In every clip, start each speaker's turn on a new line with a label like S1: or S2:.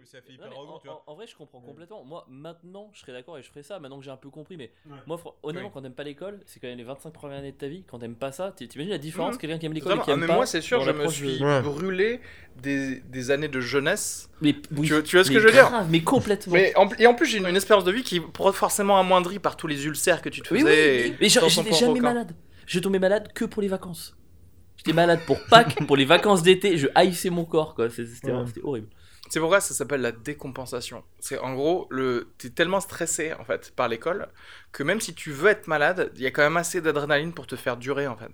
S1: mais ça fait
S2: Non,
S1: hyper
S2: mais
S1: arrogant, tu
S2: en,
S1: vois.
S2: en- en vrai, je comprends
S1: Ouais.
S2: complètement. Moi, maintenant, je serais d'accord et je ferais ça. Maintenant que j'ai un peu compris, mais
S3: Ouais.
S2: moi, fr- honnêtement,
S1: Oui.
S2: quand t'aimes pas l'école, c'est quand même les 25 premières années de ta vie. Quand t'aimes pas ça, t'i- t'imagines la différence
S4: Mhm.
S2: Quelqu'un qui aime l'école et
S4: Totalement.
S2: qui
S4: Ah,
S2: aime
S4: mais
S2: pas.
S4: moi, c'est sûr,
S2: dans
S4: je me
S2: l'approche de-
S4: suis
S5: Ouais.
S4: brûlé des, des années de jeunesse.
S2: Mais, oui,
S4: Tu, vois- tu vois ce
S2: mais
S4: que je veux dire
S2: grave, Mais complètement.
S4: mais en, Et en plus, j'ai une, une espérance de vie qui est forcément amoindrie par tous les ulcères que tu te
S2: Oui,
S4: faisais.
S2: oui,
S4: et
S2: Mais
S4: dans
S2: j'a-
S4: ton
S2: j'étais
S4: corps
S2: jamais
S4: requin.
S2: malade. Je tombais malade que pour les vacances. J'étais malade pour Pâques, pour les vacances d'été. Je haïssais mon corps, quoi. C'est- C'était
S5: Ouais.
S2: c'était horrible.
S4: C'est pourquoi ça s'appelle la décompensation. C'est en gros, le... t'es tellement stressé en fait par l'école que même si tu veux être malade, il y a quand même assez d'adrénaline pour te faire durer en fait.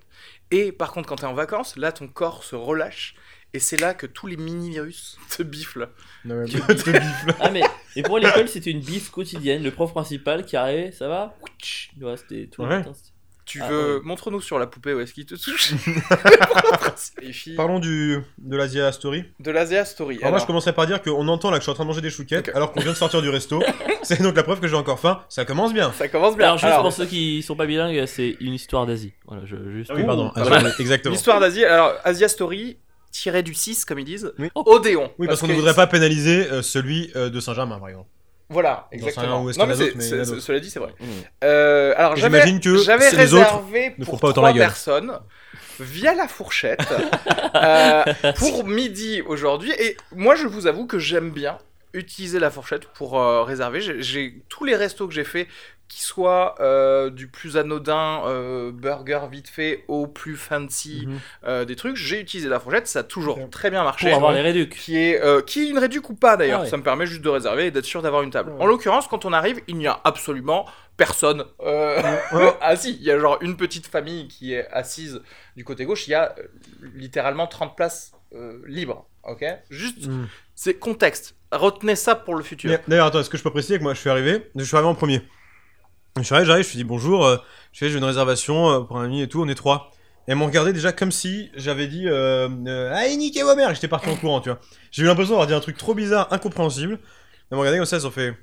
S4: Et par contre, quand t'es en vacances, là ton corps se relâche et c'est là que tous les mini-virus te biflent.
S5: Non, mais-
S2: Ah, mais et pour moi, l'école, c'était une bif quotidienne. Le prof principal qui arrivait, ça va Ouitch Tu vois, c'était tout le
S5: Ouais.
S2: matin, c'était-
S4: Tu
S2: Ah,
S4: veux.
S2: ouais.
S4: Montre-nous sur la poupée où est-ce qu'il te touche. les filles.
S5: Parlons du, de l'Asia Story.
S4: De l'Asia Story.
S5: Alors, moi, je
S4: Alors,
S5: commencerai par dire qu'on entend là que je suis en train de manger des chouquettes
S4: Ok.
S5: alors qu'on vient de sortir du resto. C'est donc la preuve que j'ai encore faim. Ça commence bien.
S4: Ça commence bien.
S2: Alors, juste
S4: Alors,
S2: pour ceux qui sont pas bilingues, c'est une histoire d'Asie. Voilà, je, juste.
S3: Ah
S5: Oui, pardon.
S4: Ah, voilà.
S5: Exactement.
S4: L'histoire d'Asie. Alors, Asia Story, tiré du 6, comme ils disent.
S5: Oui.
S4: Odéon.
S5: Oui, parce qu'on
S4: que
S5: ne voudrait pas pénaliser euh, celui euh, de Saint-Germain, par exemple.
S4: Voilà,
S5: J'en sais
S4: exactement.
S5: rien où est-ce
S4: Non,
S5: qu'il y en a
S4: mais
S5: d'autres, mais
S4: c'est-
S5: il y en a
S4: c'est-
S5: d'autres.
S4: cela dit, c'est vrai.
S2: Mmh.
S4: Euh, alors,
S5: Et
S4: j'avais,
S5: j'imagine que
S4: j'avais
S5: c'est les autres
S4: réservé
S5: ne
S4: pour
S5: font pas autant
S4: trois
S5: la gueule.
S4: personnes via la fourchette euh, pour midi aujourd'hui. Et moi, je vous avoue que j'aime bien utiliser la fourchette pour euh, réserver. J'ai, j'ai- tous les restos que j'ai fait, qui soient euh, du plus anodin euh, burger vite fait au plus fancy
S5: Mhm.
S4: euh, des trucs, j'ai utilisé la fourchette. Ça a toujours
S5: Ok.
S4: très bien marché
S2: Pour avoir les réducs.
S4: qui est euh, qui est une réduc ou pas d'ailleurs.
S2: Ah ouais.
S4: Ça me permet juste de réserver et d'être sûr d'avoir une table.
S5: Ouais.
S4: En l'occurrence, quand on arrive, il n'y a absolument personne euh, assis. Il y a genre une petite famille qui est assise du côté gauche. Il y a euh, littéralement 30 places euh, libres. Ok, juste
S5: Mm.
S4: c'est contexte. Retenez ça pour le futur.
S5: Mais- D'ailleurs, attends, est-ce que je peux préciser que moi je suis arrivé Je suis arrivé en premier. Je suis arrivé, j'arrive, je suis dit bonjour, euh, je fais j'ai une réservation euh, pour un ami et tout, on est trois. Et elles m'ont regardé déjà comme si j'avais dit euh, euh, Allez, niquez vos mères J'étais parti en courant, tu vois. J'ai eu l'impression d'avoir dit un truc trop bizarre, incompréhensible. Elles m'ont regardé comme ça, elles ont fait.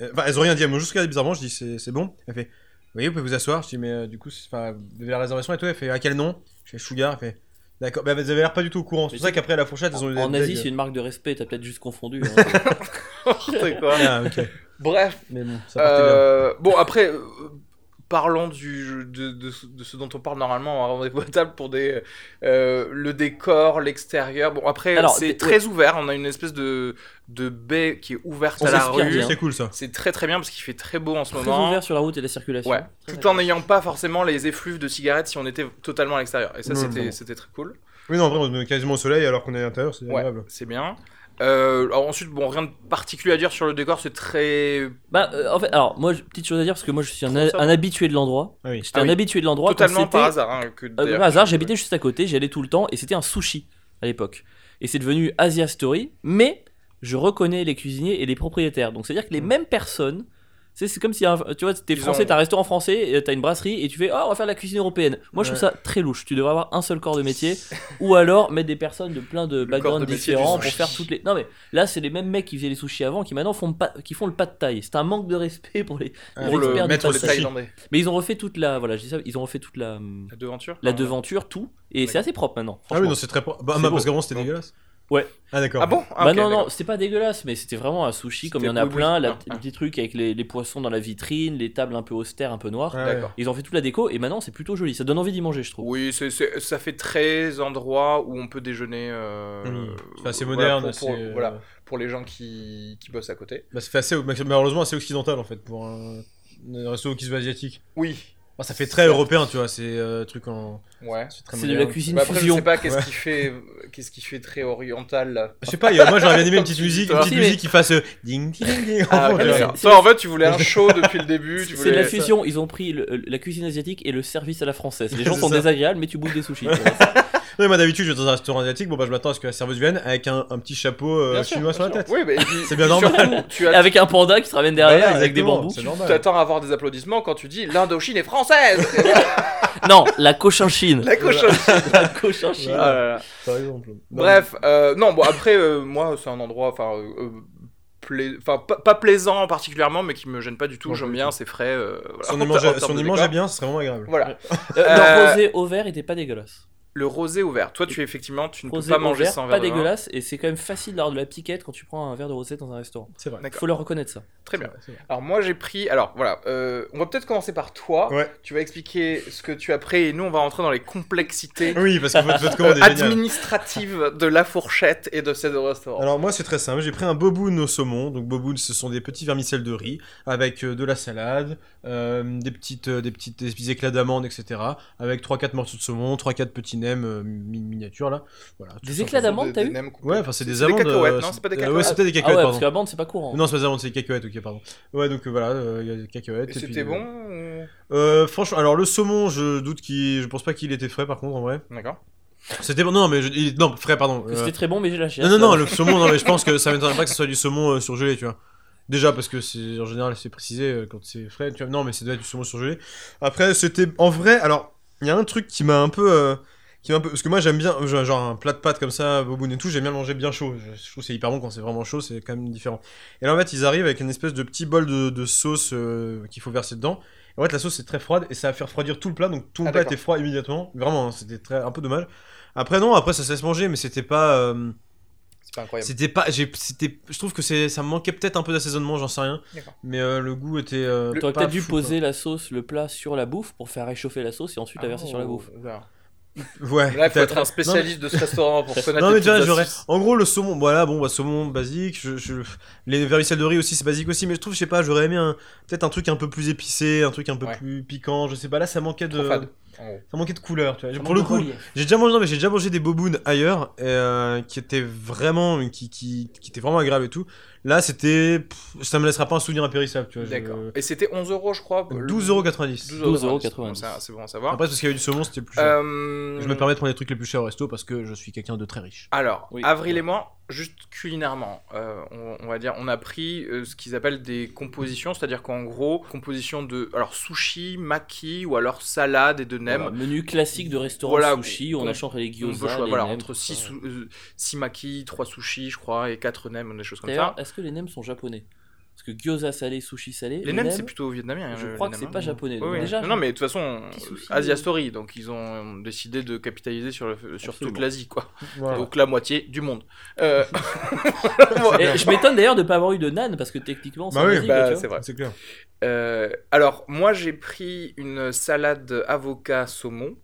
S5: euh, Enfin, elles ont rien dit, elles m'ont juste regardé bizarrement, je dis c'est c'est bon. Elles fait Oui, vous pouvez vous asseoir. Je dis Mais euh, du coup, c'est- enfin, vous avez la réservation et tout. Elle fait À quel nom Je fais Sugar. Elle fait D'accord, bah, elles avaient l'air pas du tout au courant. C'est
S2: Mais
S5: pour ça
S2: c'est-
S5: qu'après à la fourchette, elles ont eu
S2: En,
S5: des-
S2: en
S5: des-
S2: Asie, c'est une marque de respect, t'as peut-être juste confondu. hein.
S4: N'importe quoi.
S5: Ah, ok.
S4: Bref,
S5: Mais bon, ça partait bien.
S4: Euh, bon, après, euh, parlons du, de, de ce- de ce dont on parle normalement en rendez-vous à table pour des, euh, le décor, l'extérieur. Bon, après,
S2: Alors,
S4: c'est
S2: des-
S4: très ouvert. On a une espèce de, de baie qui est ouverte
S2: On
S4: à la
S2: s'inspire
S4: rue.
S2: bien.
S5: C'est cool ça.
S4: C'est très très bien parce qu'il fait très beau en ce
S2: Très
S4: moment.
S2: ouvert sur la route et la circulation.
S4: Ouais, tout en n'ayant pas forcément les effluves de cigarettes si on était totalement à l'extérieur. Et ça,
S5: Non,
S4: c'était
S5: non.
S4: c'était très cool.
S5: Oui, non, en vrai, on est quasiment au soleil alors qu'on est à l'intérieur, c'est
S4: Ouais,
S5: agréable.
S4: c'est bien. Euh, alors ensuite, bon, rien de particulier à dire sur le décor. C'est très
S2: Bah, euh, en fait, alors, moi, j- petite chose à dire, parce que moi, je suis un,
S4: Trop ça.
S2: un habitué de l'endroit.
S5: Ah oui.
S2: J'étais
S4: Ah
S2: un
S4: oui.
S2: habitué de l'endroit. quand
S4: totalement par
S2: c'était-
S4: hasard. hein, que
S2: Euh,
S4: d'ailleurs-
S2: par hasard, j'habitais juste à côté, j'y allais tout le temps, et c'était un sushi à l'époque. Et c'est devenu Asia Story, mais je reconnais les cuisiniers et les propriétaires. Donc c'est-à-dire que les mêmes personnes, c'est c'est comme si, un- tu vois, t'es
S4: Hmm. Ils
S2: français,
S4: ont-
S2: t'as un restaurant français, et t'as une brasserie, et tu fais, oh, on va faire de la cuisine européenne. Moi, je
S5: Ouais.
S2: trouve ça très louche. Tu devrais avoir un seul corps de métier, ou alors mettre des personnes de plein de
S4: corps
S2: backgrounds
S4: de métier
S2: différents
S4: du
S2: pour
S4: sushi.
S2: faire toutes les. Non mais là, c'est les mêmes mecs qui faisaient les sushis avant, qui maintenant font pas, qui font le pas de taille. C'est un manque de respect pour les.
S4: pour
S2: L'expert
S4: le
S2: du
S4: maître des
S2: passage.
S4: Thaïlandais.
S2: Mais ils ont refait toute la, voilà, je dis ça, ils ont refait toute la, hum,
S4: La devanture
S2: la
S4: Ah.
S2: devanture, tout, et c'est
S4: Ouais.
S2: assez propre maintenant.
S5: Ah oui,
S2: franchement.
S5: non, c'est très. pro- Bah,
S2: C'est
S5: bah,
S2: beau.
S5: parce qu'avant c'était
S4: Non.
S5: dégueulasse.
S2: Ouais.
S5: Ah d'accord.
S4: Ah bon Ah,
S2: bah
S4: ok,
S2: non, non,
S4: d'accord.
S2: c'était pas dégueulasse, mais c'était vraiment un sushi comme il y en
S4: C'était-
S2: a
S4: oui, oui,
S2: plein,
S4: oui.
S2: la-
S4: Ah, ah.
S2: le petit truc avec les, les poissons dans la vitrine, les tables un peu austères, un peu noires.
S5: Ouais,
S4: D'accord.
S5: ouais.
S2: Ils ont fait toute la déco et maintenant c'est plutôt joli, ça donne envie d'y manger, je trouve.
S4: Oui, c'est- c'est- ça fait très endroit où on peut déjeuner. euh,
S5: Mm. C'est assez
S4: voilà,
S5: moderne,
S4: pour- pour,
S5: assez, euh,
S4: voilà, pour les gens qui, qui bossent à côté.
S5: Bah, ça fait assez, malheureusement assez occidental en fait pour un, un resto qui se veut asiatique.
S4: Oui.
S5: Bah, ça fait très européen, tu vois, c'est euh, truc en.
S4: Ouais.
S5: C'est très
S2: C'est de la
S5: moderne.
S2: cuisine
S4: Bah après, je
S2: fusion.
S4: sais pas qu'est-ce
S5: Ouais.
S4: qui fait, qu'est-ce qui fait très oriental. là.
S5: Je sais pas, il y a- moi j'aurais bien aimé une petite
S4: Comme
S5: musique,
S4: tu
S5: une
S4: dis,
S5: petite
S2: toi.
S5: musique qui fasse euh, ding ding ding. en
S4: Ah,
S5: fond,
S4: ok,
S5: tu vois.
S4: d'accord.
S2: c'est-
S4: Toi, en fait, tu voulais un show depuis le début. Tu
S2: C'est de la
S4: voulais.
S2: fusion, ils ont pris le- la cuisine asiatique et le service à la française. Les gens
S5: C'est
S2: sont
S5: ça.
S2: désagréables, mais tu bouffes des sushis.
S5: Non, mais moi d'habitude je vais dans un restaurant asiatique, bon bah je m'attends à ce que la serveuse vienne avec un, un petit chapeau euh,
S4: Bien sûr,
S5: chinois sur la
S4: bien sûr.
S5: tête.
S4: Oui, mais et puis-
S5: C'est bien
S4: puis
S5: normal.
S4: surtout, tu as-
S2: avec un panda qui se ramène derrière
S5: Voilà,
S2: avec des
S5: exactement,
S2: bambous.
S5: C'est
S4: tu
S5: normal.
S4: t'attends à avoir des applaudissements quand tu dis l'Indochine est française.
S2: Non, la cochinchine.
S4: La cochonne.
S2: La cochinchine.
S4: Ah là là.
S5: Par exemple. Non,
S4: Bref, euh, non, bon, après, euh, moi, c'est un endroit, enfin, euh, euh, plais- enfin, pas, pas plaisant particulièrement, mais qui me gêne pas du tout.
S5: Non,
S4: J'aime
S5: pas du
S4: bien,
S5: tout.
S4: c'est frais. euh, voilà,
S5: Si on
S4: en
S5: y mangeait,
S4: termes
S5: si on
S4: de
S5: y
S4: décor.
S5: mangeait bien, ce serait vraiment agréable.
S4: Voilà.
S2: Euh,
S4: Euh,
S2: Leur rosé au vert était pas dégueulasse.
S4: le rosé ouvert. Toi, tu effectivement, tu ne
S2: Rosé
S4: peux pas
S2: au
S4: manger
S2: verre,
S4: sans
S2: pas
S4: verre de vin.
S2: dégueulasse, et c'est quand même facile d'avoir de la piquette quand tu prends un verre de rosé dans un restaurant.
S5: C'est vrai.
S4: D'accord.
S2: Faut le reconnaître ça.
S4: Très bien. Alors moi j'ai pris. Alors voilà, euh, on va peut-être commencer par toi.
S5: Ouais.
S4: Tu vas expliquer ce que tu as pris et nous on va rentrer dans les complexités
S5: Oui, parce que votre, votre
S4: euh,
S5: commande est géniale.
S4: administratives de la fourchette et de ces deux restaurants.
S5: Alors moi c'est très simple, j'ai pris un boboon au saumon, donc boboon ce sont des petits vermicelles de riz avec euh, de la salade, euh, des, petites, euh, des, petites, des petits éclats d'amande, etc. Avec 3-4 morceaux de saumon, 3-4 petits nems euh, mi- miniatures là. Voilà, tout
S2: Des
S5: simplement.
S2: éclats d'amande, t'as vu
S5: Ouais, enfin c'est des
S4: C'est des
S5: amandes.
S4: cacahuètes,
S5: euh,
S4: non, c'est pas des
S5: euh, ouais,
S4: cacahuètes
S5: c'était des
S2: Ah ouais,
S5: cacahuètes,
S2: parce
S5: pardon.
S2: que la bande c'est pas courant.
S5: Non, c'est pas des amandes, c'est des cacahuètes, ok, pardon. Ouais, donc euh, voilà, euh, il y a des cacahuètes.
S4: Et
S5: et puis,
S4: C'était
S5: euh,
S4: bon
S5: euh, Franchement, alors le saumon, je doute qu'il. Je pense pas qu'il était frais par contre en vrai.
S4: ou- D'accord.
S5: C'était bon, non, mais. je- il- Non, frais, pardon.
S2: Que
S5: euh,
S2: C'était très bon, mais j'ai lâché.
S5: Non, non, non, le saumon, non, mais je pense que ça m'étonnerait pas que ce soit du saumon euh, surgelé, tu vois. Déjà, parce que c'est en général, c'est précisé euh, quand c'est frais, tu vois. Non, mais c'est doit être du saumon surgelé. Après, c'était en vrai, alors, il y a un truc qui m'a un peu. euh, qui m'a un peu... Parce que moi, j'aime bien, euh, genre, un plat de pâtes comme ça, boboon et tout, j'aime bien le manger bien chaud. Je je trouve que c'est hyper bon quand c'est vraiment chaud, c'est quand même différent. Et là, en fait, ils arrivent avec une espèce de petit bol de, de sauce euh, qu'il faut verser dedans. Et en fait, la sauce est très froide et ça va faire refroidir tout le plat, donc tout le
S4: Ah,
S5: plat
S4: d'accord.
S5: était froid immédiatement. Vraiment, hein, c'était très... un peu dommage. Après, non, après, ça se laisse manger, mais c'était pas. euh,
S4: C'est pas incroyable.
S5: c'était pas, j'ai, c'était, je trouve que c'est, ça me manquait peut-être un peu d'assaisonnement, j'en sais rien.
S4: D'accord.
S5: Mais euh, le goût était. euh,
S2: T'aurais
S5: pas
S2: peut-être dû
S5: fou,
S2: poser la sauce, le plat sur la bouffe pour faire réchauffer la sauce et ensuite la verser sur la
S4: Oh,
S2: bouffe.
S4: oula.
S5: quoi. Ouais.
S4: Là, il faut
S5: peut-être.
S4: être un spécialiste de ce restaurant pour connaître
S5: Non mais
S4: les
S5: tu vois,
S4: petites
S5: j'aurais.
S4: astuces.
S5: En gros, le saumon, voilà, bon, bah, saumon basique. Je, je- Les vermicelles de riz aussi, c'est basique aussi. Mais je trouve, je sais pas, j'aurais aimé un... peut-être un truc un peu plus épicé, un truc un peu
S4: Ouais.
S5: plus piquant. Je sais pas. Là, ça manquait de,
S4: Trop fade, en gros.
S5: ça manquait de couleur. Tu vois.
S2: Ça
S5: Pour
S2: manque
S5: le
S2: de
S5: coup,
S2: relief.
S5: J'ai déjà mangé, non, mais j'ai déjà mangé des bobounes ailleurs euh, qui étaient vraiment, qui, qui, qui étaient vraiment agréables et tout. Là, c'était, pff, ça me laissera pas un souvenir impérissable, tu vois. je- Euh,
S4: D'accord. Et c'était 11 euros, je crois. le-
S5: 12,90€.
S2: 12,90.
S4: Ça, C'est bon à savoir.
S5: Après, parce qu'il y avait du saumon, c'était plus cher.
S4: Euh,
S5: Je me permets de prendre des trucs les plus chers au resto parce que je suis quelqu'un de très riche.
S4: Alors,
S2: Oui.
S4: avril et moi, juste culinairement, euh, on, on va dire, on a pris euh, ce qu'ils appellent des compositions, c'est-à-dire qu'en gros, composition de alors sushi, maki ou alors salade et de
S2: Voilà,
S4: nem.
S2: menu classique de restaurant
S4: Voilà,
S2: sushi, on
S4: on-
S2: a changé les
S4: On peut
S2: gyoza,
S4: choisir,
S2: les
S4: voilà,
S2: nems,
S4: entre
S2: tout
S4: 6
S2: ça.
S4: maki, 3 sushis, je crois, et 4 nems, des choses comme ça.
S2: D'ailleurs, est-ce que les nems sont japonais Parce que gyoza salé, sushi salé.
S4: Les nems, c'est plutôt vietnamien.
S2: Je
S4: euh,
S2: crois
S4: les
S2: que
S4: nems,
S2: c'est pas
S4: hein.
S2: japonais.
S4: Oui,
S2: donc
S4: oui.
S2: Déjà,
S4: non, non, mais de toute façon,
S2: Petit souci,
S4: euh, Asia
S2: euh.
S4: Story, donc ils ont décidé de capitaliser sur, le- sur toute
S2: Absolument.
S4: l'Asie, quoi.
S5: Voilà.
S4: Donc la moitié du monde. Euh,
S2: Et Eh, je m'étonne d'ailleurs de pas avoir eu de nan parce que techniquement, c'est
S5: Bah oui,
S2: basique,
S4: bah,
S2: tu vois.
S4: c'est vrai.
S5: C'est clair.
S4: Euh, alors, moi, j'ai pris une salade avocat saumon,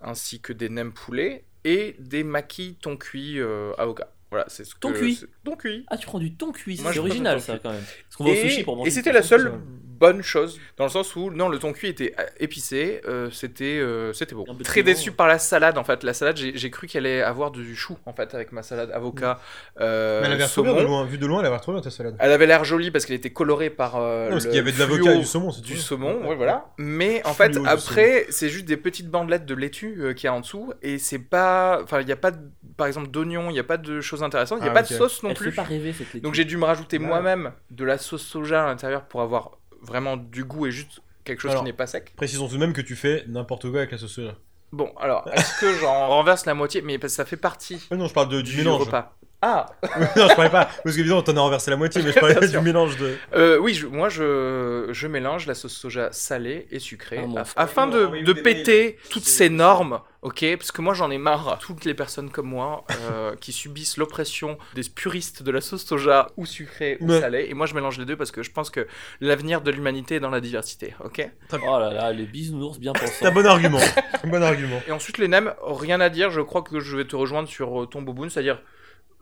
S4: ainsi que des nems poulet et des maquis ton cuit euh, avocat. Voilà, c'est ce que
S2: Thon cuit.
S4: c'est- Thon cuit.
S2: Ah, tu prends du thon cuit,
S4: Moi,
S2: c'est
S4: je prends du
S2: original
S4: thon
S2: ça
S4: cuit.
S2: quand même. Parce qu'on va au
S4: Et,
S2: sushi pour manger.
S4: et
S2: du
S4: c'était
S2: thon
S4: la
S2: cuit,
S4: seule
S2: ça.
S4: bonne chose, dans le sens où, non, le ton cuit était euh, épicé, euh, c'était euh, c'était bon.
S2: Un peu
S4: Très
S2: de piment,
S4: déçu
S2: ouais.
S4: par la salade, en fait. La salade, j'ai j'ai cru qu'elle allait avoir du chou, en fait, avec ma salade avocat
S2: Mm.
S4: euh,
S5: Mais elle avait l'air trop bien de
S4: saumon.
S5: loin. Vu de loin, elle avait l'air trop bien ta salade.
S4: Elle avait l'air jolie parce qu'elle était colorée par euh,
S5: non, parce
S4: le
S5: qu'il y avait de l'avocat
S4: fluo
S5: et du saumon, c'est
S4: du
S5: tout.
S4: saumon, ouais, voilà. Mais en
S5: Fluo
S4: fait,
S5: du
S4: après, c'est juste des petites bandelettes de laitue euh, qu'il y a en dessous. Et c'est pas. Enfin, il n'y a pas, de- par exemple, d'oignons, il n'y a pas de choses intéressantes, il n'y a
S5: Ah,
S4: pas
S5: ok.
S4: de sauce non
S2: Elle
S4: plus.
S2: fait pas rêver cette laitue.
S4: Donc j'ai dû me rajouter
S5: Ouais.
S4: moi-même de la sauce soja à l'intérieur pour avoir vraiment du goût et juste quelque chose
S5: Alors.
S4: qui n'est pas sec.
S5: Précisons tout de même que tu fais n'importe quoi avec la sauce soja.
S4: Bon, alors, est-ce que j'en renverse la moitié Mais parce que ça fait partie
S5: Ah non, je parle de, du,
S4: du
S5: mélange.
S4: repas. Ah
S5: non, je parlais pas. Parce qu'évidemment, t'en as renversé la moitié, mais je
S4: Bien
S5: parlais du
S4: sûr.
S5: mélange de.
S4: Euh, Oui, je- moi je, je mélange la sauce soja salée et sucrée
S2: Ah, mon
S4: af-
S2: frère.
S4: afin
S5: Oui, on
S4: de,
S5: va
S4: de
S5: envoyer des
S4: péter toutes
S5: C'est-
S4: ces normes, ok Parce que moi j'en ai marre. Toutes les personnes comme moi euh, qui subissent l'oppression des puristes de la sauce soja ou sucrée ou
S5: Ouais.
S4: salée. Et moi je mélange les deux parce que je pense que l'avenir de l'humanité est dans la diversité, ok
S2: Oh là là, les bisounours bien pensants.
S5: T'as bon argument. bon argument.
S4: Et ensuite les nems, rien à dire, je crois que je vais te rejoindre sur euh, ton boboon, c'est-à-dire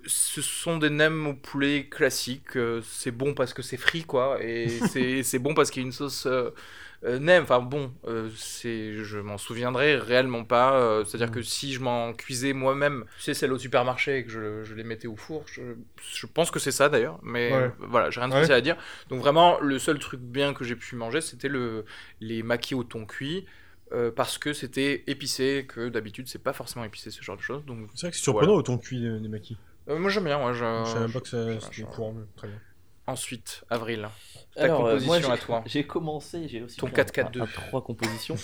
S4: ce sont des nems au poulet classiques, euh, c'est bon parce que c'est frit quoi, et c'est c'est bon parce qu'il y a une sauce euh, euh, nem, enfin bon, euh, c'est je m'en souviendrai réellement pas, euh, c'est-à-dire que si je m'en cuisais moi-même, tu sais celle au supermarché et que je, je les mettais au four, je, je pense que c'est ça d'ailleurs, mais
S5: Ouais.
S4: euh, voilà, j'ai rien de
S5: Ouais.
S4: spécial à dire. Donc vraiment le seul truc bien que j'ai pu manger, c'était le les maquis au thon cuit. Euh, parce que c'était épicé, que d'habitude c'est pas forcément épicé ce genre de choses. Donc
S5: C'est vrai que c'est surprenant autant cuit euh, des maquis.
S4: Euh, moi j'aime bien, ouais, je-
S5: je savais même pas que ça-
S4: je-
S5: c'était
S4: je-
S5: courant. mais Très bien.
S4: ensuite, Avril Ta
S2: Alors, euh,
S4: composition
S2: moi, j'ai-
S4: à toi.
S2: J'ai commencé, j'ai aussi
S4: Ton
S2: pris un-
S4: 4-4-2.
S2: un- un trois compositions.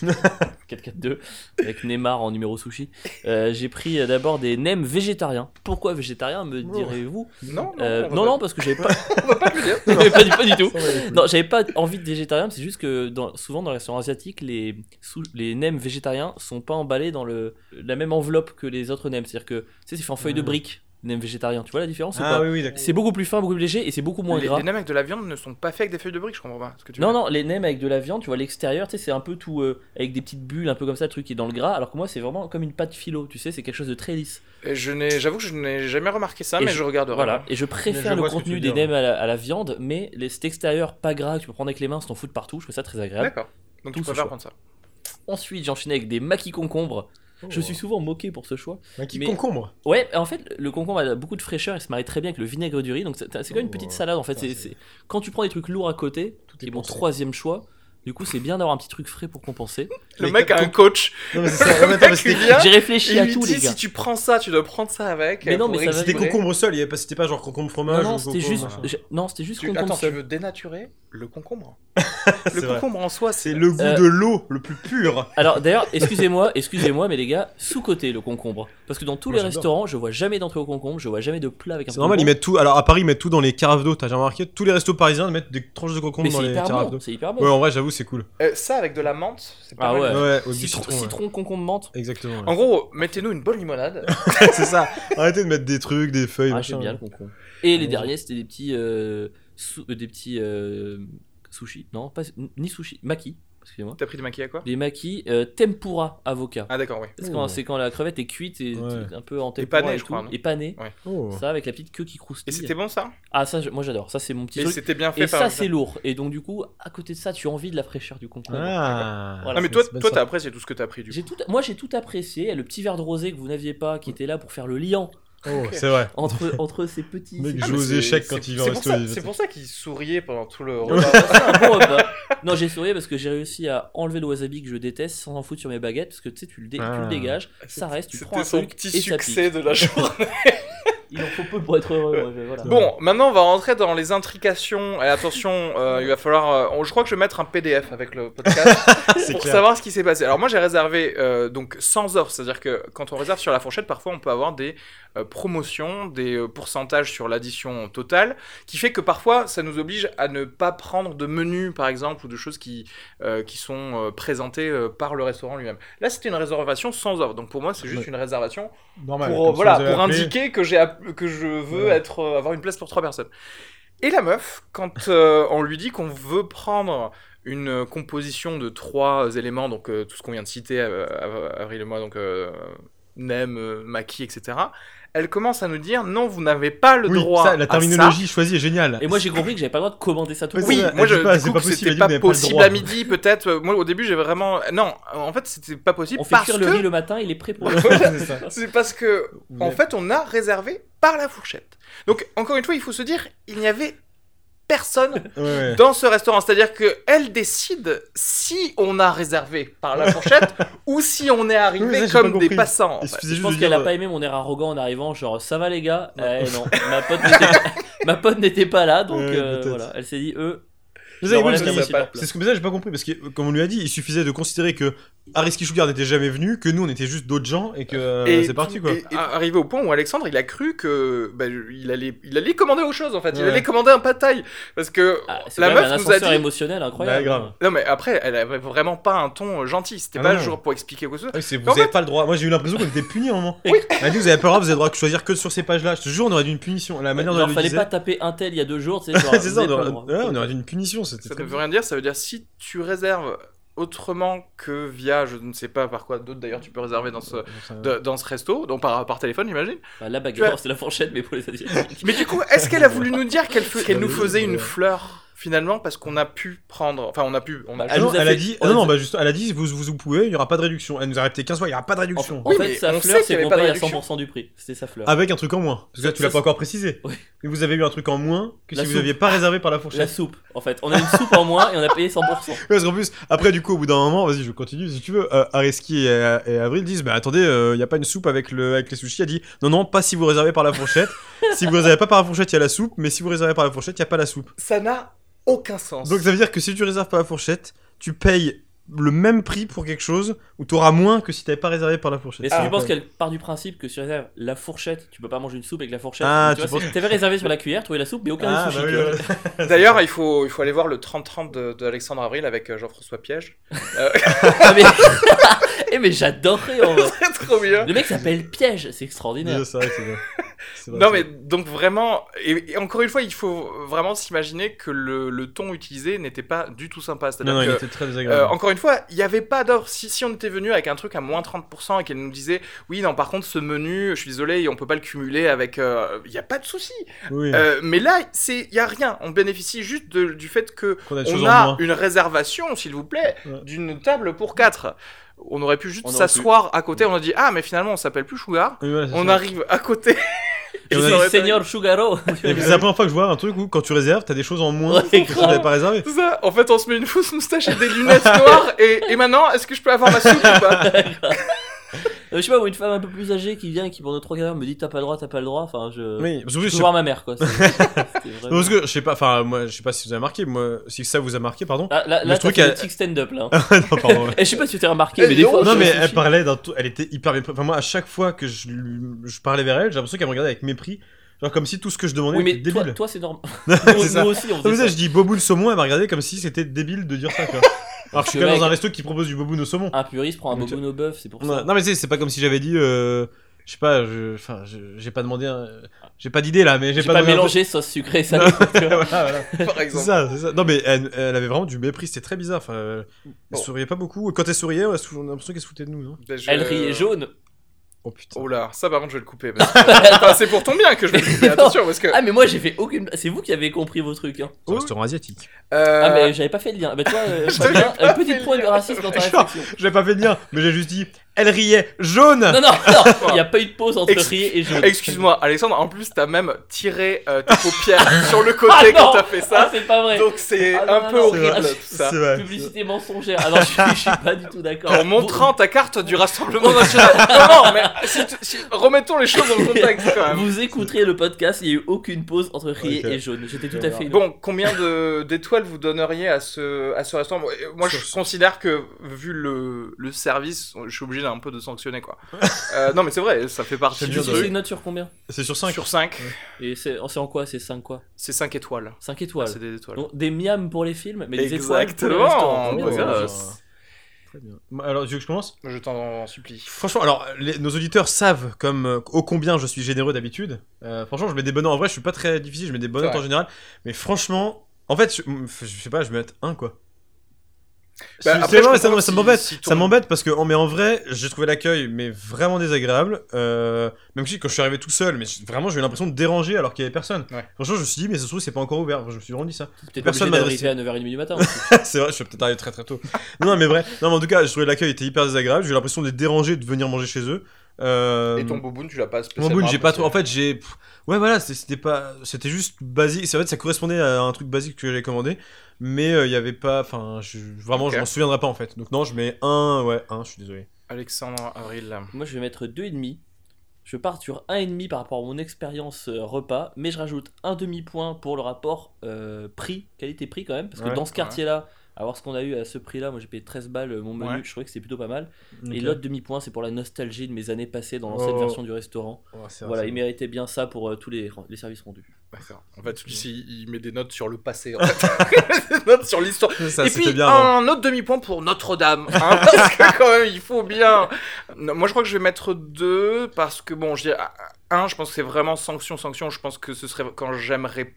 S2: 4-4-2 avec Neymar en numéro sushi. Euh, j'ai pris euh, d'abord des nems végétariens. Pourquoi végétariens me
S5: Oh.
S2: direz-vous
S4: Non, non,
S2: Euh,
S4: on va
S2: Non
S4: pas-
S2: non parce que j'avais pas,
S4: on va pas le dire.
S2: pas, du- pas du tout.
S5: Ça, on va les couilles.
S2: Non, j'avais pas envie de végétarien, mais c'est juste que dans- souvent dans les restaurants asiatiques, les, sou- les nems végétariens sont pas emballés dans le, la même enveloppe que les autres nems. C'est-à-dire que, tu sais, c'est fait en feuille de
S5: Mm.
S2: brique, le nem végétarien. Tu vois la différence ou
S5: Ah
S2: pas
S5: oui, oui, d'accord.
S2: C'est beaucoup plus fin, beaucoup plus léger et c'est beaucoup moins
S4: les,
S2: gras.
S4: les nems avec de la viande ne sont pas faits avec des feuilles de briques, je comprends pas. ce que tu
S2: Non,
S4: veux dire.
S2: non, les nems avec de la viande, tu vois, l'extérieur, tu sais, c'est un peu tout euh, avec des petites bulles, un peu comme ça, le truc qui est dans le gras, alors que moi, c'est vraiment comme une pâte philo, tu sais, c'est quelque chose de très lisse.
S4: Et Je n'ai, j'avoue que je n'ai jamais remarqué ça,
S2: Et
S4: mais
S2: je-
S4: je regarderai.
S2: Voilà, et je préfère le
S5: Ah, vois ce que tu
S2: contenu
S5: veux
S2: des
S5: dire,
S2: nems à la, à la viande, mais les, cet extérieur pas gras que tu peux prendre avec les mains, si t'en fous de partout, je trouve ça très agréable.
S4: D'accord. Donc
S2: Tout
S4: tu
S2: ce
S4: préfères
S2: choix.
S4: prendre ça.
S2: Ensuite, j'enchaînais avec des maquis concombres. Je suis souvent moqué pour ce choix.
S5: Un qui
S2: mais-
S5: concombre.
S2: Ouais, en fait, le concombre a beaucoup de fraîcheur et se marie très bien avec le vinaigre du riz. Donc, c'est c'est comme une
S5: Oh.
S2: petite salade en fait.
S5: Ah,
S2: C'est-
S5: c'est-
S2: c'est- Quand tu prends des trucs lourds à côté,
S5: Tout
S2: qui
S5: est
S2: est mon
S5: pensé.
S2: troisième choix, du coup, c'est bien d'avoir un petit truc frais pour compenser.
S4: Le
S5: Les
S4: mec a
S5: quatre
S4: un coach.
S5: Non, mais c'est ça. Non, mais attends, mais
S4: Tu
S5: c'était-
S4: viens,
S2: J'ai
S4: Hein il
S2: réfléchi à
S4: lui
S2: tout,
S4: dit,
S2: les
S4: si
S2: gars.
S4: tu prends ça, tu dois prendre ça avec.
S2: Mais
S4: euh,
S2: non,
S4: pour
S2: mais ça va-
S5: C'était
S4: équilibrer.
S5: concombre seul, il y avait pas- c'était pas genre concombre fromage.
S2: Non, non,
S5: ou
S2: c'était
S5: concombre,
S2: juste,
S5: machin.
S2: je- non, c'était juste
S4: Tu...
S2: concombre
S4: Attends, tu
S2: seul.
S4: veux dénaturer le concombre
S5: C'est
S4: Le
S5: vrai.
S4: concombre en soi,
S5: C'est
S4: c'est
S5: le goût
S2: Euh,
S5: de l'eau le plus pur.
S2: Alors d'ailleurs, excusez-moi, excusez-moi, mais les gars, sous côté le concombre, parce que dans tous
S5: Moi,
S2: les
S5: j'adore.
S2: restaurants, je vois jamais d'entrée au concombre, je vois jamais de plat avec un.
S5: C'est normal, ils
S2: concombre.
S5: mettent tout. Alors à Paris, ils mettent tout dans les carafes d'eau. T'as jamais remarqué Tous les restos parisiens mettent des tranches de concombre
S2: Mais
S5: dans
S2: c'est
S5: les
S2: hyper
S5: carafes
S2: bon,
S5: d'eau.
S2: c'est hyper bon.
S5: Ouais, en vrai, j'avoue, c'est cool.
S4: Euh, ça avec de la menthe. C'est pas
S2: Ah
S4: mal.
S2: ouais.
S5: Ouais, au du
S2: Citron,
S5: citron. ouais.
S2: citron, concombre, menthe.
S5: Exactement. ouais.
S4: En gros, mettez-nous une bonne limonade.
S5: c'est ça. Arrêtez de mettre des trucs, des feuilles.
S2: Ah,
S5: machin.
S2: j'aime bien le concombre. Et les
S5: Ouais.
S2: derniers, c'était des petits, euh, sou- euh, des petits euh, sushi. Non, pas ni sushi, maki. Excusez-moi.
S4: T'as pris du maquis à quoi
S2: Des maki euh, tempura avocat.
S4: Ah d'accord, oui.
S2: Parce que quand-
S5: Ouh.
S2: c'est quand la crevette est cuite et
S5: Oh. Ouais.
S2: un peu en
S4: Et
S2: tempura
S4: panée,
S2: et
S4: je
S2: tout,
S4: crois, non
S2: et panée.
S5: Oh.
S2: Ça avec la petite queue qui
S4: Et
S2: croustille.
S4: c'était bon ça
S2: Ah ça, je- moi j'adore. Ça c'est mon petit
S4: Et
S2: truc.
S4: c'était bien fait
S2: Et
S4: par
S2: ça, c'est lourd. Et donc, du coup, à côté de ça, tu as envie de la fraîcheur du concombre.
S5: Ah.
S2: Voilà.
S4: Non mais toi,
S5: C'est bonne
S4: toi
S5: sorte.
S4: t'as apprécié tout ce que t'as pris du
S2: J'ai
S4: coup.
S2: tout, moi, j'ai tout apprécié. Le petit verre de rosé que vous n'aviez pas, qui était là pour faire le liant
S5: Oh, c'est vrai.
S2: entre, entre ces petits.
S5: Mec,
S2: ces
S5: Il
S4: Ah,
S5: joue
S4: mais
S5: aux
S4: c'est-
S5: échecs
S4: c'est-
S5: quand il va
S4: c'est
S5: au
S4: pour
S5: resto,
S4: ça-
S5: il va-
S4: C'est pour ça qu'il souriait pendant tout le
S2: petits-
S4: repas.
S2: C'est un bon repas. Non, j'ai souri parce que j'ai réussi à enlever le wasabi que je déteste sans en foutre sur mes baguettes parce que tu sais, tu le, dé- tu le
S5: Ah.
S2: dégages, ça reste, tu prends un
S4: C'était son
S2: truc
S4: petit
S2: et ça pique.
S4: succès de la journée.
S2: Il en faut peu pour être heureux. ouais, voilà.
S5: Bah,
S4: Bon, maintenant on va rentrer dans les intrications. Et attention, euh, il va falloir. euh, on- je crois que je vais mettre un PDF avec le podcast
S5: C'est
S4: pour
S5: clair.
S4: savoir ce qui s'est passé. Alors moi j'ai réservé euh, donc sans offre, c'est-à-dire que quand on réserve sur la fourchette, parfois on peut avoir des euh, promotions, des euh, pourcentages sur l'addition totale, qui fait que parfois ça nous oblige à ne pas prendre de menu par exemple ou de choses qui euh, qui sont euh, présentées euh, par le restaurant lui-même. Là c'était une réservation sans offre, donc pour moi c'est juste
S5: Ouais.
S4: une réservation
S5: Normal,
S4: pour,
S5: comme
S4: voilà,
S5: ça, vous avez
S4: pour
S5: appelé.
S4: indiquer que, j'ai app- que je veux
S5: Ouais.
S4: être, euh, avoir une place pour trois personnes. Et la meuf, quand euh, on lui dit qu'on veut prendre une euh, composition de trois euh, éléments, donc euh, tout ce qu'on vient de citer, euh, av- Avril et moi, donc euh, Nem, euh, Maki, etc., elle commence à nous dire non, vous n'avez pas le
S5: Oui,
S4: droit.
S5: ça, la
S4: à
S5: terminologie choisie est géniale.
S2: Et moi, j'ai compris que j'avais pas le droit de commander ça tout
S5: Ouais,
S2: le
S5: c'est
S4: oui,
S2: temps.
S5: ça,
S4: moi
S5: elle
S4: je
S5: dit pas,
S4: du
S5: c'est
S4: coup,
S5: pas
S4: que
S5: possible,
S4: c'était
S5: elle dit,
S4: pas
S5: vous n'avez pas le
S4: possible
S5: droit.
S4: à midi peut-être. Euh, Moi au début j'ai vraiment non, en fait c'était pas possible
S2: On fait
S4: parce
S2: cuire le riz
S4: que
S2: le matin, il est prêt pour le.
S5: C'est ça.
S4: c'est parce que
S5: Vous
S4: En
S5: avez-
S4: fait, on a réservé par la fourchette. Donc, encore une fois, il faut se dire, il n'y avait personne
S5: Ouais, ouais.
S4: dans ce restaurant. C'est-à-dire qu'elle décide si on a réservé par la fourchette ou si on est
S5: Oui, mais
S4: arrivé
S5: ça, j'ai pas
S4: comme des
S5: compris.
S4: passants. en
S5: Il
S4: fait.
S5: suffisait
S2: Je
S5: juste
S2: pense
S5: de
S2: qu'elle
S5: dire, euh,
S2: a pas aimé mon air arrogant en arrivant, genre ça va les gars
S5: Ouais.
S2: Eh non, ma pote n'était pas, ma pote n'était pas là, donc
S5: Ouais,
S2: euh,
S5: peut-être.
S2: voilà. Elle s'est dit, eux,
S5: Vous
S2: je
S5: savez,
S4: Bah,
S2: leur
S5: moi,
S2: enlève
S5: je
S2: la
S5: dis-
S2: moitié de leur
S5: C'est
S2: place.
S5: ce que mais ça, j'ai pas compris parce que, euh, comme on lui a dit, il suffisait de considérer que Aris Sugar n'était jamais venu, que nous on était juste d'autres gens et que euh,
S4: Et
S5: c'est parti quoi.
S4: et- et arrivé au point où Alexandre, il a cru que bah, il allait, il allait commander autre chose en fait. Il
S5: Ouais.
S4: allait commander un pataille parce que
S2: Ah, c'est
S4: la
S2: quand même
S4: meuf
S2: un
S4: nous a
S2: ascenseur
S4: dit.
S2: émotionnel
S5: Bah,
S2: incroyable.
S5: grave.
S4: Non mais après, elle avait vraiment pas un ton euh, gentil. C'était
S5: Ah
S4: pas
S5: non,
S4: le
S5: non.
S4: jour pour expliquer quoi que ce soit.
S5: Ah oui, c'est- vous
S4: En
S5: avez
S4: fait-
S5: pas le droit. Moi j'ai eu l'impression qu'on était punis à un moment. Elle a dit vous avez pas le droit, vous avez le droit de choisir que sur ces pages là. Je te jure, on aurait dû une punition. La manière dont
S2: Genre,
S5: elle le
S2: fallait
S5: disait.
S2: pas taper un tel il y a deux jours, tu sais, genre,
S5: C'est ça, on
S2: vous avez pas
S5: aurait,
S2: le droit.
S5: ouais, on aurait dû une punition. C'était
S4: Ça
S5: très
S4: ne veut rien dire, ça veut dire si tu réserves autrement que via, je ne sais pas par quoi d'autre d'ailleurs tu peux réserver dans ce, euh, de- dans ce resto, donc par, par téléphone j'imagine.
S2: Bah, la
S4: Tu vois-
S2: bagarre, c'est la fourchette, mais pour les asiatiques.
S4: Mais du coup, est-ce qu'elle a voulu nous dire qu'elle fe- qu'elle nous faisait une
S5: Ouais.
S4: fleur finalement parce qu'on a pu prendre, enfin on a pu, on a
S2: Elle
S5: Elle,
S2: nous a
S5: elle
S2: fait-
S5: a dit,
S2: elle
S5: Ah non,
S2: nous
S5: non,
S2: a-
S5: bah juste, elle a dit, vous, vous, vous pouvez, il n'y aura pas de réduction. Elle nous a répété 15 fois, il n'y aura pas de
S2: En, fait-
S5: réduction.
S2: en
S4: Oui, mais
S2: fait, sa
S4: on
S2: fleur,
S4: sait qu'il y
S2: c'est
S4: avait
S2: qu'on
S4: pas de
S2: paye à
S4: réduction.
S2: 100% du prix. C'était sa fleur.
S5: Avec un truc en moins. Parce que là,
S2: Ça-
S5: tu l'as
S2: ça-
S5: pas encore précisé.
S2: Oui.
S5: Mais vous avez eu un truc en moins que
S2: La
S5: si vous
S2: soupe.
S5: n'aviez pas réservé par la
S2: La
S5: fourchette.
S2: soupe, en fait. On a une soupe en moins et on a payé 100%.
S5: Parce qu'en plus, après, du coup, au bout d'un moment, vas-y, je continue si tu veux. euh, Areski et, euh, et Avril disent Bah attendez, il n'y a pas une soupe avec, le, avec les sushis. Elle dit Non, non, pas si vous réservez par la fourchette. si vous réservez pas par la fourchette, il y a la soupe. Mais si vous réservez par la fourchette, il n'y a pas la soupe.
S4: Ça n'a aucun sens.
S5: Donc ça veut dire que si tu réserves par la fourchette, tu payes le même prix pour quelque chose ou tu auras moins que si tu n'avais pas réservé par la fourchette.
S2: Mais est-ce que
S5: Ah.
S2: tu penses qu'elle part du principe que si tu réserves la fourchette, tu peux pas manger une soupe avec la fourchette
S5: Ah,
S2: Tu
S5: tu
S2: vois,
S5: penses-
S2: c'est- t'avais réservé sur la cuillère, trouvé la soupe, mais aucun
S5: Ah,
S2: des sushis.
S5: bah oui,
S2: tu vois.
S5: voilà.
S4: D'ailleurs, il faut, il faut aller voir le 30-30 de, de Alexandre Avril avec euh, Jean-François Piège.
S2: Ah, mais... Eh, mais j'adorais en vrai.
S4: C'est trop bien.
S2: Le mec s'appelle Piège, c'est extraordinaire.
S5: Déjà, c'est vrai que c'est bien. C'est vrai,
S4: Non
S5: c'est
S4: mais
S5: vrai.
S4: donc vraiment, et, et encore une fois, il faut vraiment s'imaginer que le, le ton utilisé n'était pas du tout sympa. C'est-à-dire
S5: Non, non, il
S4: que,
S5: était très désagréable.
S4: euh, encore une fois, il n'y avait pas d'offre. Si, si on était venu avec un truc à moins 30% et qu'elle nous disait, oui, non, par contre, ce menu, je suis désolé, on peut pas le cumuler avec... euh, Il n'y a pas de souci.
S5: oui,
S4: Euh, mais là, il n'y a rien. On bénéficie juste de- du fait que
S5: qu'on a des choses
S4: on
S5: en
S4: a
S5: moins.
S4: une réservation, s'il vous plaît,
S5: Ouais.
S4: d'une table pour quatre. On aurait pu juste
S2: On aurait
S4: s'asseoir à côté. On a dit ah mais finalement on s'appelle plus Sugar.
S5: Oui, voilà, c'est
S4: On
S5: ça.
S4: arrive à côté.
S5: Et on
S2: Je
S5: a
S2: suis
S5: dit,
S4: aurait pas-
S2: Seigneur Sugaro.
S5: Et puis, c'est la première fois que je vois un truc où quand tu réserves, t'as des choses en moins
S2: Ouais,
S5: que tu
S2: grave.
S5: n'avais pas réservé.
S4: C'est ça. En fait on se met une fausse moustache et des lunettes noires et, et maintenant est-ce que je peux avoir ma soupe ou pas
S2: Euh, Je sais pas, ou une femme un peu plus âgée qui vient et qui pendant 3 quarts d'heure me dit t'as pas le droit, t'as pas le droit. Enfin, je.
S5: Oui, parce que,
S2: Je
S5: je
S2: peux
S5: sais-
S2: voir ma mère quoi. C'est- c'était vraiment-
S5: parce que je sais pas, enfin, moi, je sais pas si vous avez marqué, moi, si ça vous a marqué, pardon.
S2: Ah, là,
S5: le
S2: là,
S5: truc,
S2: truc fait
S5: elle-
S2: le tic stand-up là.
S5: non, pardon. ouais.
S2: Et je sais pas si tu t'es remarqué,
S4: Eh,
S2: mais des
S4: non,
S2: fois.
S5: Non,
S2: sur
S5: mais
S2: le
S5: elle
S2: sushi-
S5: parlait d'un tout- elle était hyper mépris. Enfin, moi, à chaque fois que je, lui- je parlais vers elle, j'ai l'impression qu'elle me regardait avec mépris. Genre comme si tout ce que je demandais
S2: Oui, mais
S5: était
S2: toi,
S5: débile.
S2: toi, c'est normal.
S5: C'est
S2: nous,
S5: ça.
S2: nous aussi,
S5: Comme
S2: on
S5: ça,
S2: faisait ça.
S5: je dis bobo le saumon, elle m'a regardé comme si c'était débile de dire ça, quoi. Alors que je suis
S2: que
S5: quand même
S2: mec-
S5: dans un resto qui propose du bobo au saumon.
S2: Un puriste prend un
S5: Donc,
S2: bobo au bœuf, c'est pour
S5: Ouais,
S2: ça.
S5: Non mais tu sais, c'est pas comme si j'avais dit, euh, je sais pas, je- enfin, je- j'ai pas demandé, un- j'ai pas d'idée là, mais j'ai
S2: J'ai pas,
S5: demandé un-
S2: mélangé sauce sucrée et salée. tu vois.
S5: Voilà, voilà.
S4: par
S5: C'est
S4: exemple
S5: ça, c'est ça. Non mais elle, elle avait vraiment du mépris, c'était très bizarre. Enfin, euh, elle
S4: Bon.
S5: souriait pas beaucoup. Et Quand elle souriait, on a sou- on a l'impression qu'elle se foutait de nous, non
S4: Ben, je-
S2: Elle riait jaune.
S5: Oh putain.
S4: Oh là, ça par contre je vais le couper. parce que- Enfin, c'est pour ton bien que je vais le couper. Attention parce que
S2: Ah, mais moi j'ai fait aucune. C'est vous qui avez compris vos trucs. Hein.
S5: C'est un restaurant asiatique.
S4: euh,
S2: Ah, mais j'avais pas fait le lien. Bah, toi, euh,
S4: Je t'avais
S2: Fabien,
S4: pas
S2: un
S4: fait
S2: petit
S4: le
S2: point de
S4: lien.
S2: racisme dans ta
S5: Genre-
S2: réflexion.
S5: Je l'ai pas fait de lien, mais j'ai juste dit, elle riait jaune.
S2: Non, non, non, il y a pas eu de pause entre
S4: Ex-
S2: rier et jaune.
S4: excuse-moi Alexandre. En plus t'as même tiré euh, tes paupières sur le
S2: Ah,
S4: côté quand
S2: non.
S4: t'as fait
S2: Ah,
S4: ça.
S2: c'est pas vrai.
S4: Donc c'est
S2: Ah, non,
S4: un
S2: non,
S4: peu
S2: non.
S4: horrible
S2: C'est-
S4: tout ça.
S5: C'est vrai.
S2: Publicité mensongère. Alors, je suis, je suis pas du tout d'accord.
S4: En montrant ta carte du Rassemblement National. non, non, mais si tu- si- remettons les choses dans le contexte quand
S2: Vous,
S4: même.
S2: vous écouterez le podcast, il y a eu aucune pause entre rier
S5: Ok.
S2: et jaune. J'étais tout
S5: Je
S2: à
S5: vais
S2: fait.
S4: Bon, combien de- d'étoiles vous donneriez à ce, à ce restaurant Moi, euh, Moi, je
S5: Sur-
S4: considère que, vu le, le service, je suis obligé d'un peu de sanctionner, quoi. Euh, non, mais c'est vrai, ça fait partie
S5: C'est
S4: du
S5: dur de-
S2: C'est
S4: truc.
S2: une note sur combien
S5: C'est sur 5.
S4: Sur 5,
S2: Et c'est oh, c'est en quoi C'est 5 quoi
S4: c'est 5 étoiles.
S2: 5 étoiles.
S4: Ah, C'est des étoiles.
S2: Donc, des miams pour les films, mais des étoiles pour les restaurants.
S4: Exactement.
S2: Combien
S5: ouais,
S2: ça
S5: ouais.
S4: Euh,
S5: Très bien. Bah, Alors, tu veux que je commence
S4: Je t'en supplie.
S5: Franchement, alors, les- nos auditeurs savent comme euh, ô combien je suis généreux d'habitude. Euh, franchement, je mets des bonnes notes. En vrai, je suis pas très difficile, je mets des bonnes
S4: C'est
S5: notes en
S4: vrai.
S5: général. Mais franchement, en fait, je, mm, je sais pas, je vais mettre un quoi.
S4: Bah,
S5: C'est-
S4: après,
S5: c'est
S4: je
S5: vrai, ça
S4: comprends
S5: m-
S4: si-
S5: ça m'embête.
S4: si ton-
S5: Ça m'embête parce que, oh, mais en vrai, j'ai trouvé l'accueil mais vraiment désagréable. Euh, même si quand je suis arrivé tout seul, mais j- vraiment, j'ai eu l'impression de déranger alors qu'il y avait personne.
S4: Ouais.
S5: Franchement, je me suis dit, mais ça se trouve, c'est pas encore ouvert. Je me suis vraiment dit ça.
S2: Peut-être
S5: Personne
S2: personne
S5: m'a
S2: d'arriver à 9h30 du matin. hein.
S5: c'est vrai, je suis peut-être arrivé très très tôt. Non, non, mais vrai. Non, mais en tout cas, je trouvais l'accueil était hyper désagréable. J'ai eu l'impression de déranger de venir manger chez eux. Euh,
S4: Et ton bouboune, tu l'as pas
S5: Mon
S4: spécialement.
S5: boule, j'ai pas trop. En
S4: apprécié.
S5: fait, j'ai. pff, Ouais, voilà, c'est- c'était pas. C'était juste basique. C'est vrai que ça correspondait à un truc basique que j'avais commandé. Mais euh, il y avait pas. Enfin, je... vraiment,
S4: Ok.
S5: je m'en souviendrai pas en fait. Donc, non, je mets un. Ouais, un, je suis désolé.
S4: Alexandre Avril.
S2: Moi, je vais mettre 2,5. Je pars sur 1,5 par rapport à mon expérience euh, repas, mais je rajoute un demi-point pour le rapport euh, prix, qualité-prix quand même, parce que
S5: Ouais,
S2: dans ce
S4: ouais.
S2: quartier-là, avoir ce qu'on a eu à ce prix-là, moi j'ai payé 13 balles euh, mon menu,
S4: Ouais.
S2: je trouvais que c'était plutôt pas mal. Et
S5: Ok.
S2: l'autre demi-point, c'est pour la nostalgie de mes années passées dans l'ancienne
S5: Oh.
S2: version du restaurant.
S5: Ouais, Oh, c'est vrai,
S2: Voilà,
S5: c'est
S2: il
S5: vrai.
S2: méritait bien ça pour euh, tous les, les services rendus.
S4: D'accord. En fait, celui-ci, il met des notes sur le passé. En fait. des notes sur l'histoire.
S5: Ça,
S4: Et
S5: c'était
S4: puis,
S5: bien hein. avant.
S4: un autre demi-point pour Notre-Dame. hein, parce que, quand même, il faut bien. Non, moi, je crois que je vais mettre deux. Parce que, bon, je dis, ah, un, je pense que c'est vraiment sanction, sanction. Je pense que ce serait quand j'aimerais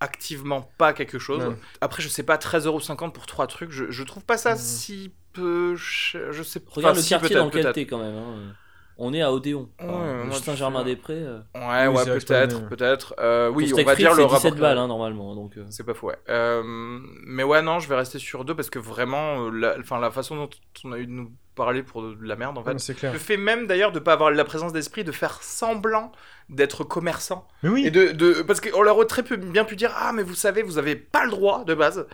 S4: activement pas quelque chose.
S5: Ouais.
S4: Après, je sais pas, 13,50€ pour trois trucs. Je, je trouve pas ça
S5: Mhm.
S4: si peu. ch- Je sais pas.
S2: Regarde
S4: si,
S2: le quartier
S4: peut-être,
S2: dans lequel
S4: peut-être.
S2: t'es quand même. hein. on est à Odéon.
S4: Ouais,
S2: Alors,
S4: moi, je
S2: Saint-Germain-des-Prés. euh,
S4: Ouais,
S5: Oui,
S4: ouais,
S5: c'est vrai que c'est pas le
S4: peut-être,
S5: même.
S4: peut-être. Euh, oui,
S2: pour
S4: on va
S2: Steak
S4: dire
S2: Frites,
S4: le
S2: c'est 17
S4: rapport.
S2: balles hein, normalement. Donc, euh,
S4: C'est pas fou, ouais. Euh, mais ouais, non, je vais rester sur deux parce que vraiment, euh, la, enfin, la façon dont on a eu de nous parler pour de la merde, en fait.
S5: Ouais, c'est clair.
S4: Le fait même d'ailleurs de pas avoir la présence d'esprit, de faire semblant d'être commerçant.
S5: Mais oui,
S4: Et de, de- parce qu'on leur aurait très peu- bien pu dire Ah, mais vous savez, vous avez pas le droit de base,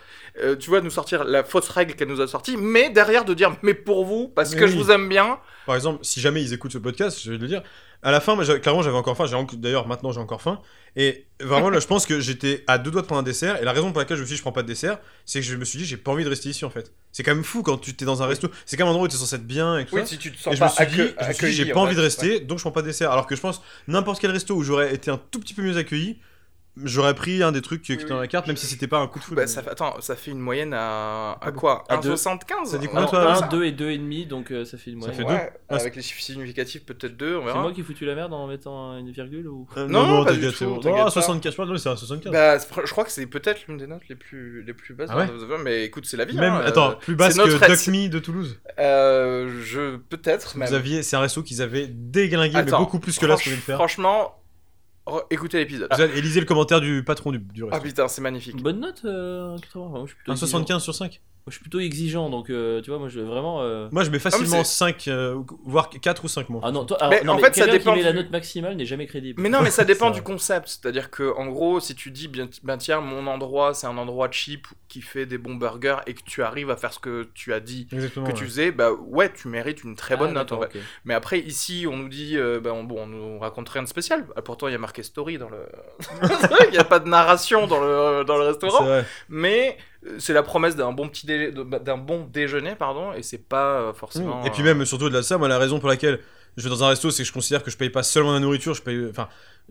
S4: euh, tu vois, de nous sortir la fausse règle qu'elle nous a sortie, mais derrière de dire Mais pour vous, parce
S5: Mais
S4: que je
S5: oui.
S4: vous aime bien.
S5: par exemple, si jamais ils écoutent ce podcast, je vais le dire, à la fin, moi, j'avais- clairement, j'avais encore faim. J'ai encore- D'ailleurs, maintenant, j'ai encore faim. Et vraiment, là, je pense que j'étais à deux doigts de prendre un dessert. Et la raison pour laquelle je me suis dit, je prends pas de dessert, c'est que je me suis dit, j'ai pas envie de rester ici, en fait. C'est quand même fou quand tu t'es dans un resto. C'est quand même un endroit où tu es censé être bien et tout ça.
S4: si tu te
S5: Et je me suis dit, je me suis dit, j'ai pas envie de rester, donc je prends pas de dessert. Alors que je pense, n'importe quel resto où j'aurais été un tout petit peu mieux accueilli, j'aurais pris un des trucs qui
S4: Oui,
S5: étaient
S4: oui.
S5: dans la carte, même si c'était pas un coup de Ah foudre.
S4: Bah, ça, fait- attends, ça fait une moyenne à, à quoi
S2: À
S4: 1,75
S5: Ça dit
S2: un,
S5: combien, toi,
S2: un,
S5: ça
S2: deux et deux et demi, donc euh, ça fait une
S5: Ça fait
S2: moyenne.
S5: Ah, deux.
S4: Ouais,
S5: Ah,
S4: avec les chiffres significatifs, peut-être 2, on
S2: C'est
S4: verra.
S2: moi qui ai foutu la merde en mettant une virgule ou
S5: Euh,
S4: Non, pas du
S5: t'inquiète,
S4: tout,
S5: c'est bon.
S4: t'inquiète
S5: Oh,
S4: pas.
S5: 75, je crois, non, c'est un 75.
S4: Bah, c'est- je crois que c'est peut-être l'une des notes les plus, les plus basses.
S5: Ah ouais
S4: dans The Zone, mais écoute, c'est la vie.
S5: Même,
S4: hein, euh,
S5: attends, plus basse
S4: c'est notre
S5: que
S4: reste.
S5: Duck Me de Toulouse.
S4: euh, je Peut-être, même.
S5: Vous aviez, c'est un resto qu'ils avaient déglingué,
S4: Attends,
S5: mais beaucoup plus que là, ce
S4: franch-
S5: qu'on vient de faire.
S4: Franchement, re- écoutez l'épisode.
S5: Vous allez- Et lisez le commentaire du patron du, du
S4: Ah
S5: resto.
S4: putain, c'est magnifique.
S2: une bonne note euh, 80. Moi, je
S4: Ah,
S2: suis plutôt
S5: un
S2: exigeant.
S5: 75 sur 5
S2: Moi, je suis plutôt exigeant, donc euh, tu vois, moi je vraiment. euh,
S5: Moi, je mets
S4: Ah,
S5: facilement
S4: mais
S5: 5, euh, voire 4 ou 5 mois.
S2: Ah non, toi, alors,
S4: Mais
S2: non,
S4: en
S2: mais
S4: fait, ça
S2: quelqu'un
S4: dépend
S2: Qui met la
S4: du-
S2: note maximale n'est jamais crédible.
S4: Mais non, mais ça dépend
S5: Ça-
S4: du concept. C'est-à-dire que, en gros, si tu dis, bien, ben tiens, mon endroit, c'est un endroit cheap qui fait des bons burgers et que tu arrives à faire ce que tu as dit
S5: Exactement.
S4: que
S5: ouais.
S4: tu faisais, bah ouais, tu mérites une très bonne
S2: Ah,
S4: note en
S2: d'accord,
S4: vrai.
S2: ok.
S4: Mais après, ici, on nous dit, euh, bah, on, bon, on nous raconte rien de spécial. Ah, pourtant, il y a marqué story dans le. Il n'y a pas de narration dans le, dans le
S5: C'est
S4: restaurant.
S5: vrai.
S4: Mais euh, c'est la promesse d'un bon petit dé- de- d'un bon déjeuner, pardon, et c'est pas euh, forcément.
S5: Et puis
S4: euh,
S5: même, surtout de la ça, moi, la raison pour laquelle je vais dans un resto, c'est que je considère que je paye pas seulement la nourriture, je paye. Enfin,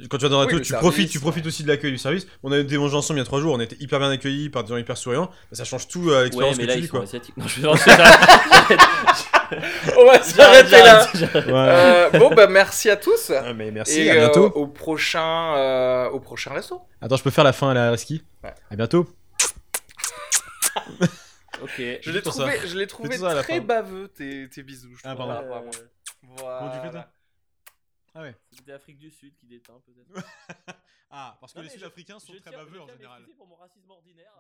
S5: quand tu vas dans un
S4: Oui,
S5: resto,
S4: le
S5: tu
S4: service,
S5: profites, tu
S4: ouais.
S5: profites aussi de l'accueil du service. On a été manger ensemble il y a trois jours, on était hyper bien accueillis par des gens hyper souriants. Bah, ça change tout à
S2: Ouais,
S5: l'expérience
S2: mais
S5: que
S2: là
S5: tu
S2: ils
S5: vis,
S2: sont
S5: quoi.
S2: asiatiques. Non, je vais
S5: euh,
S4: On va s'arrêter là.
S5: Ouais.
S4: Euh, bon, bah merci à tous.
S5: Ah, mais merci,
S4: et
S5: à
S4: euh,
S5: bientôt.
S4: au prochain, euh, au prochain resto.
S5: Attends, je peux faire la fin à la ski
S4: Ouais.
S5: À bientôt.
S2: Ok.
S4: Je l'ai
S5: Fais tout
S4: trouvé, je l'ai trouvé
S5: Fais tout ça à la
S4: très
S5: fin.
S4: baveux tes, tes bisous. Je
S5: Ah,
S4: trouve,
S5: pardon.
S4: par rapport à moi.
S5: Comment tu fais,
S4: Voilà.
S5: toi Ah ouais.
S2: C'était Afrique du Sud qui déteint peut-être.
S5: Ah, parce
S2: Non, mais je-
S5: Sud-Africains
S2: Je tiens- je tiens à m'excuser pour mon racisme ordinaire.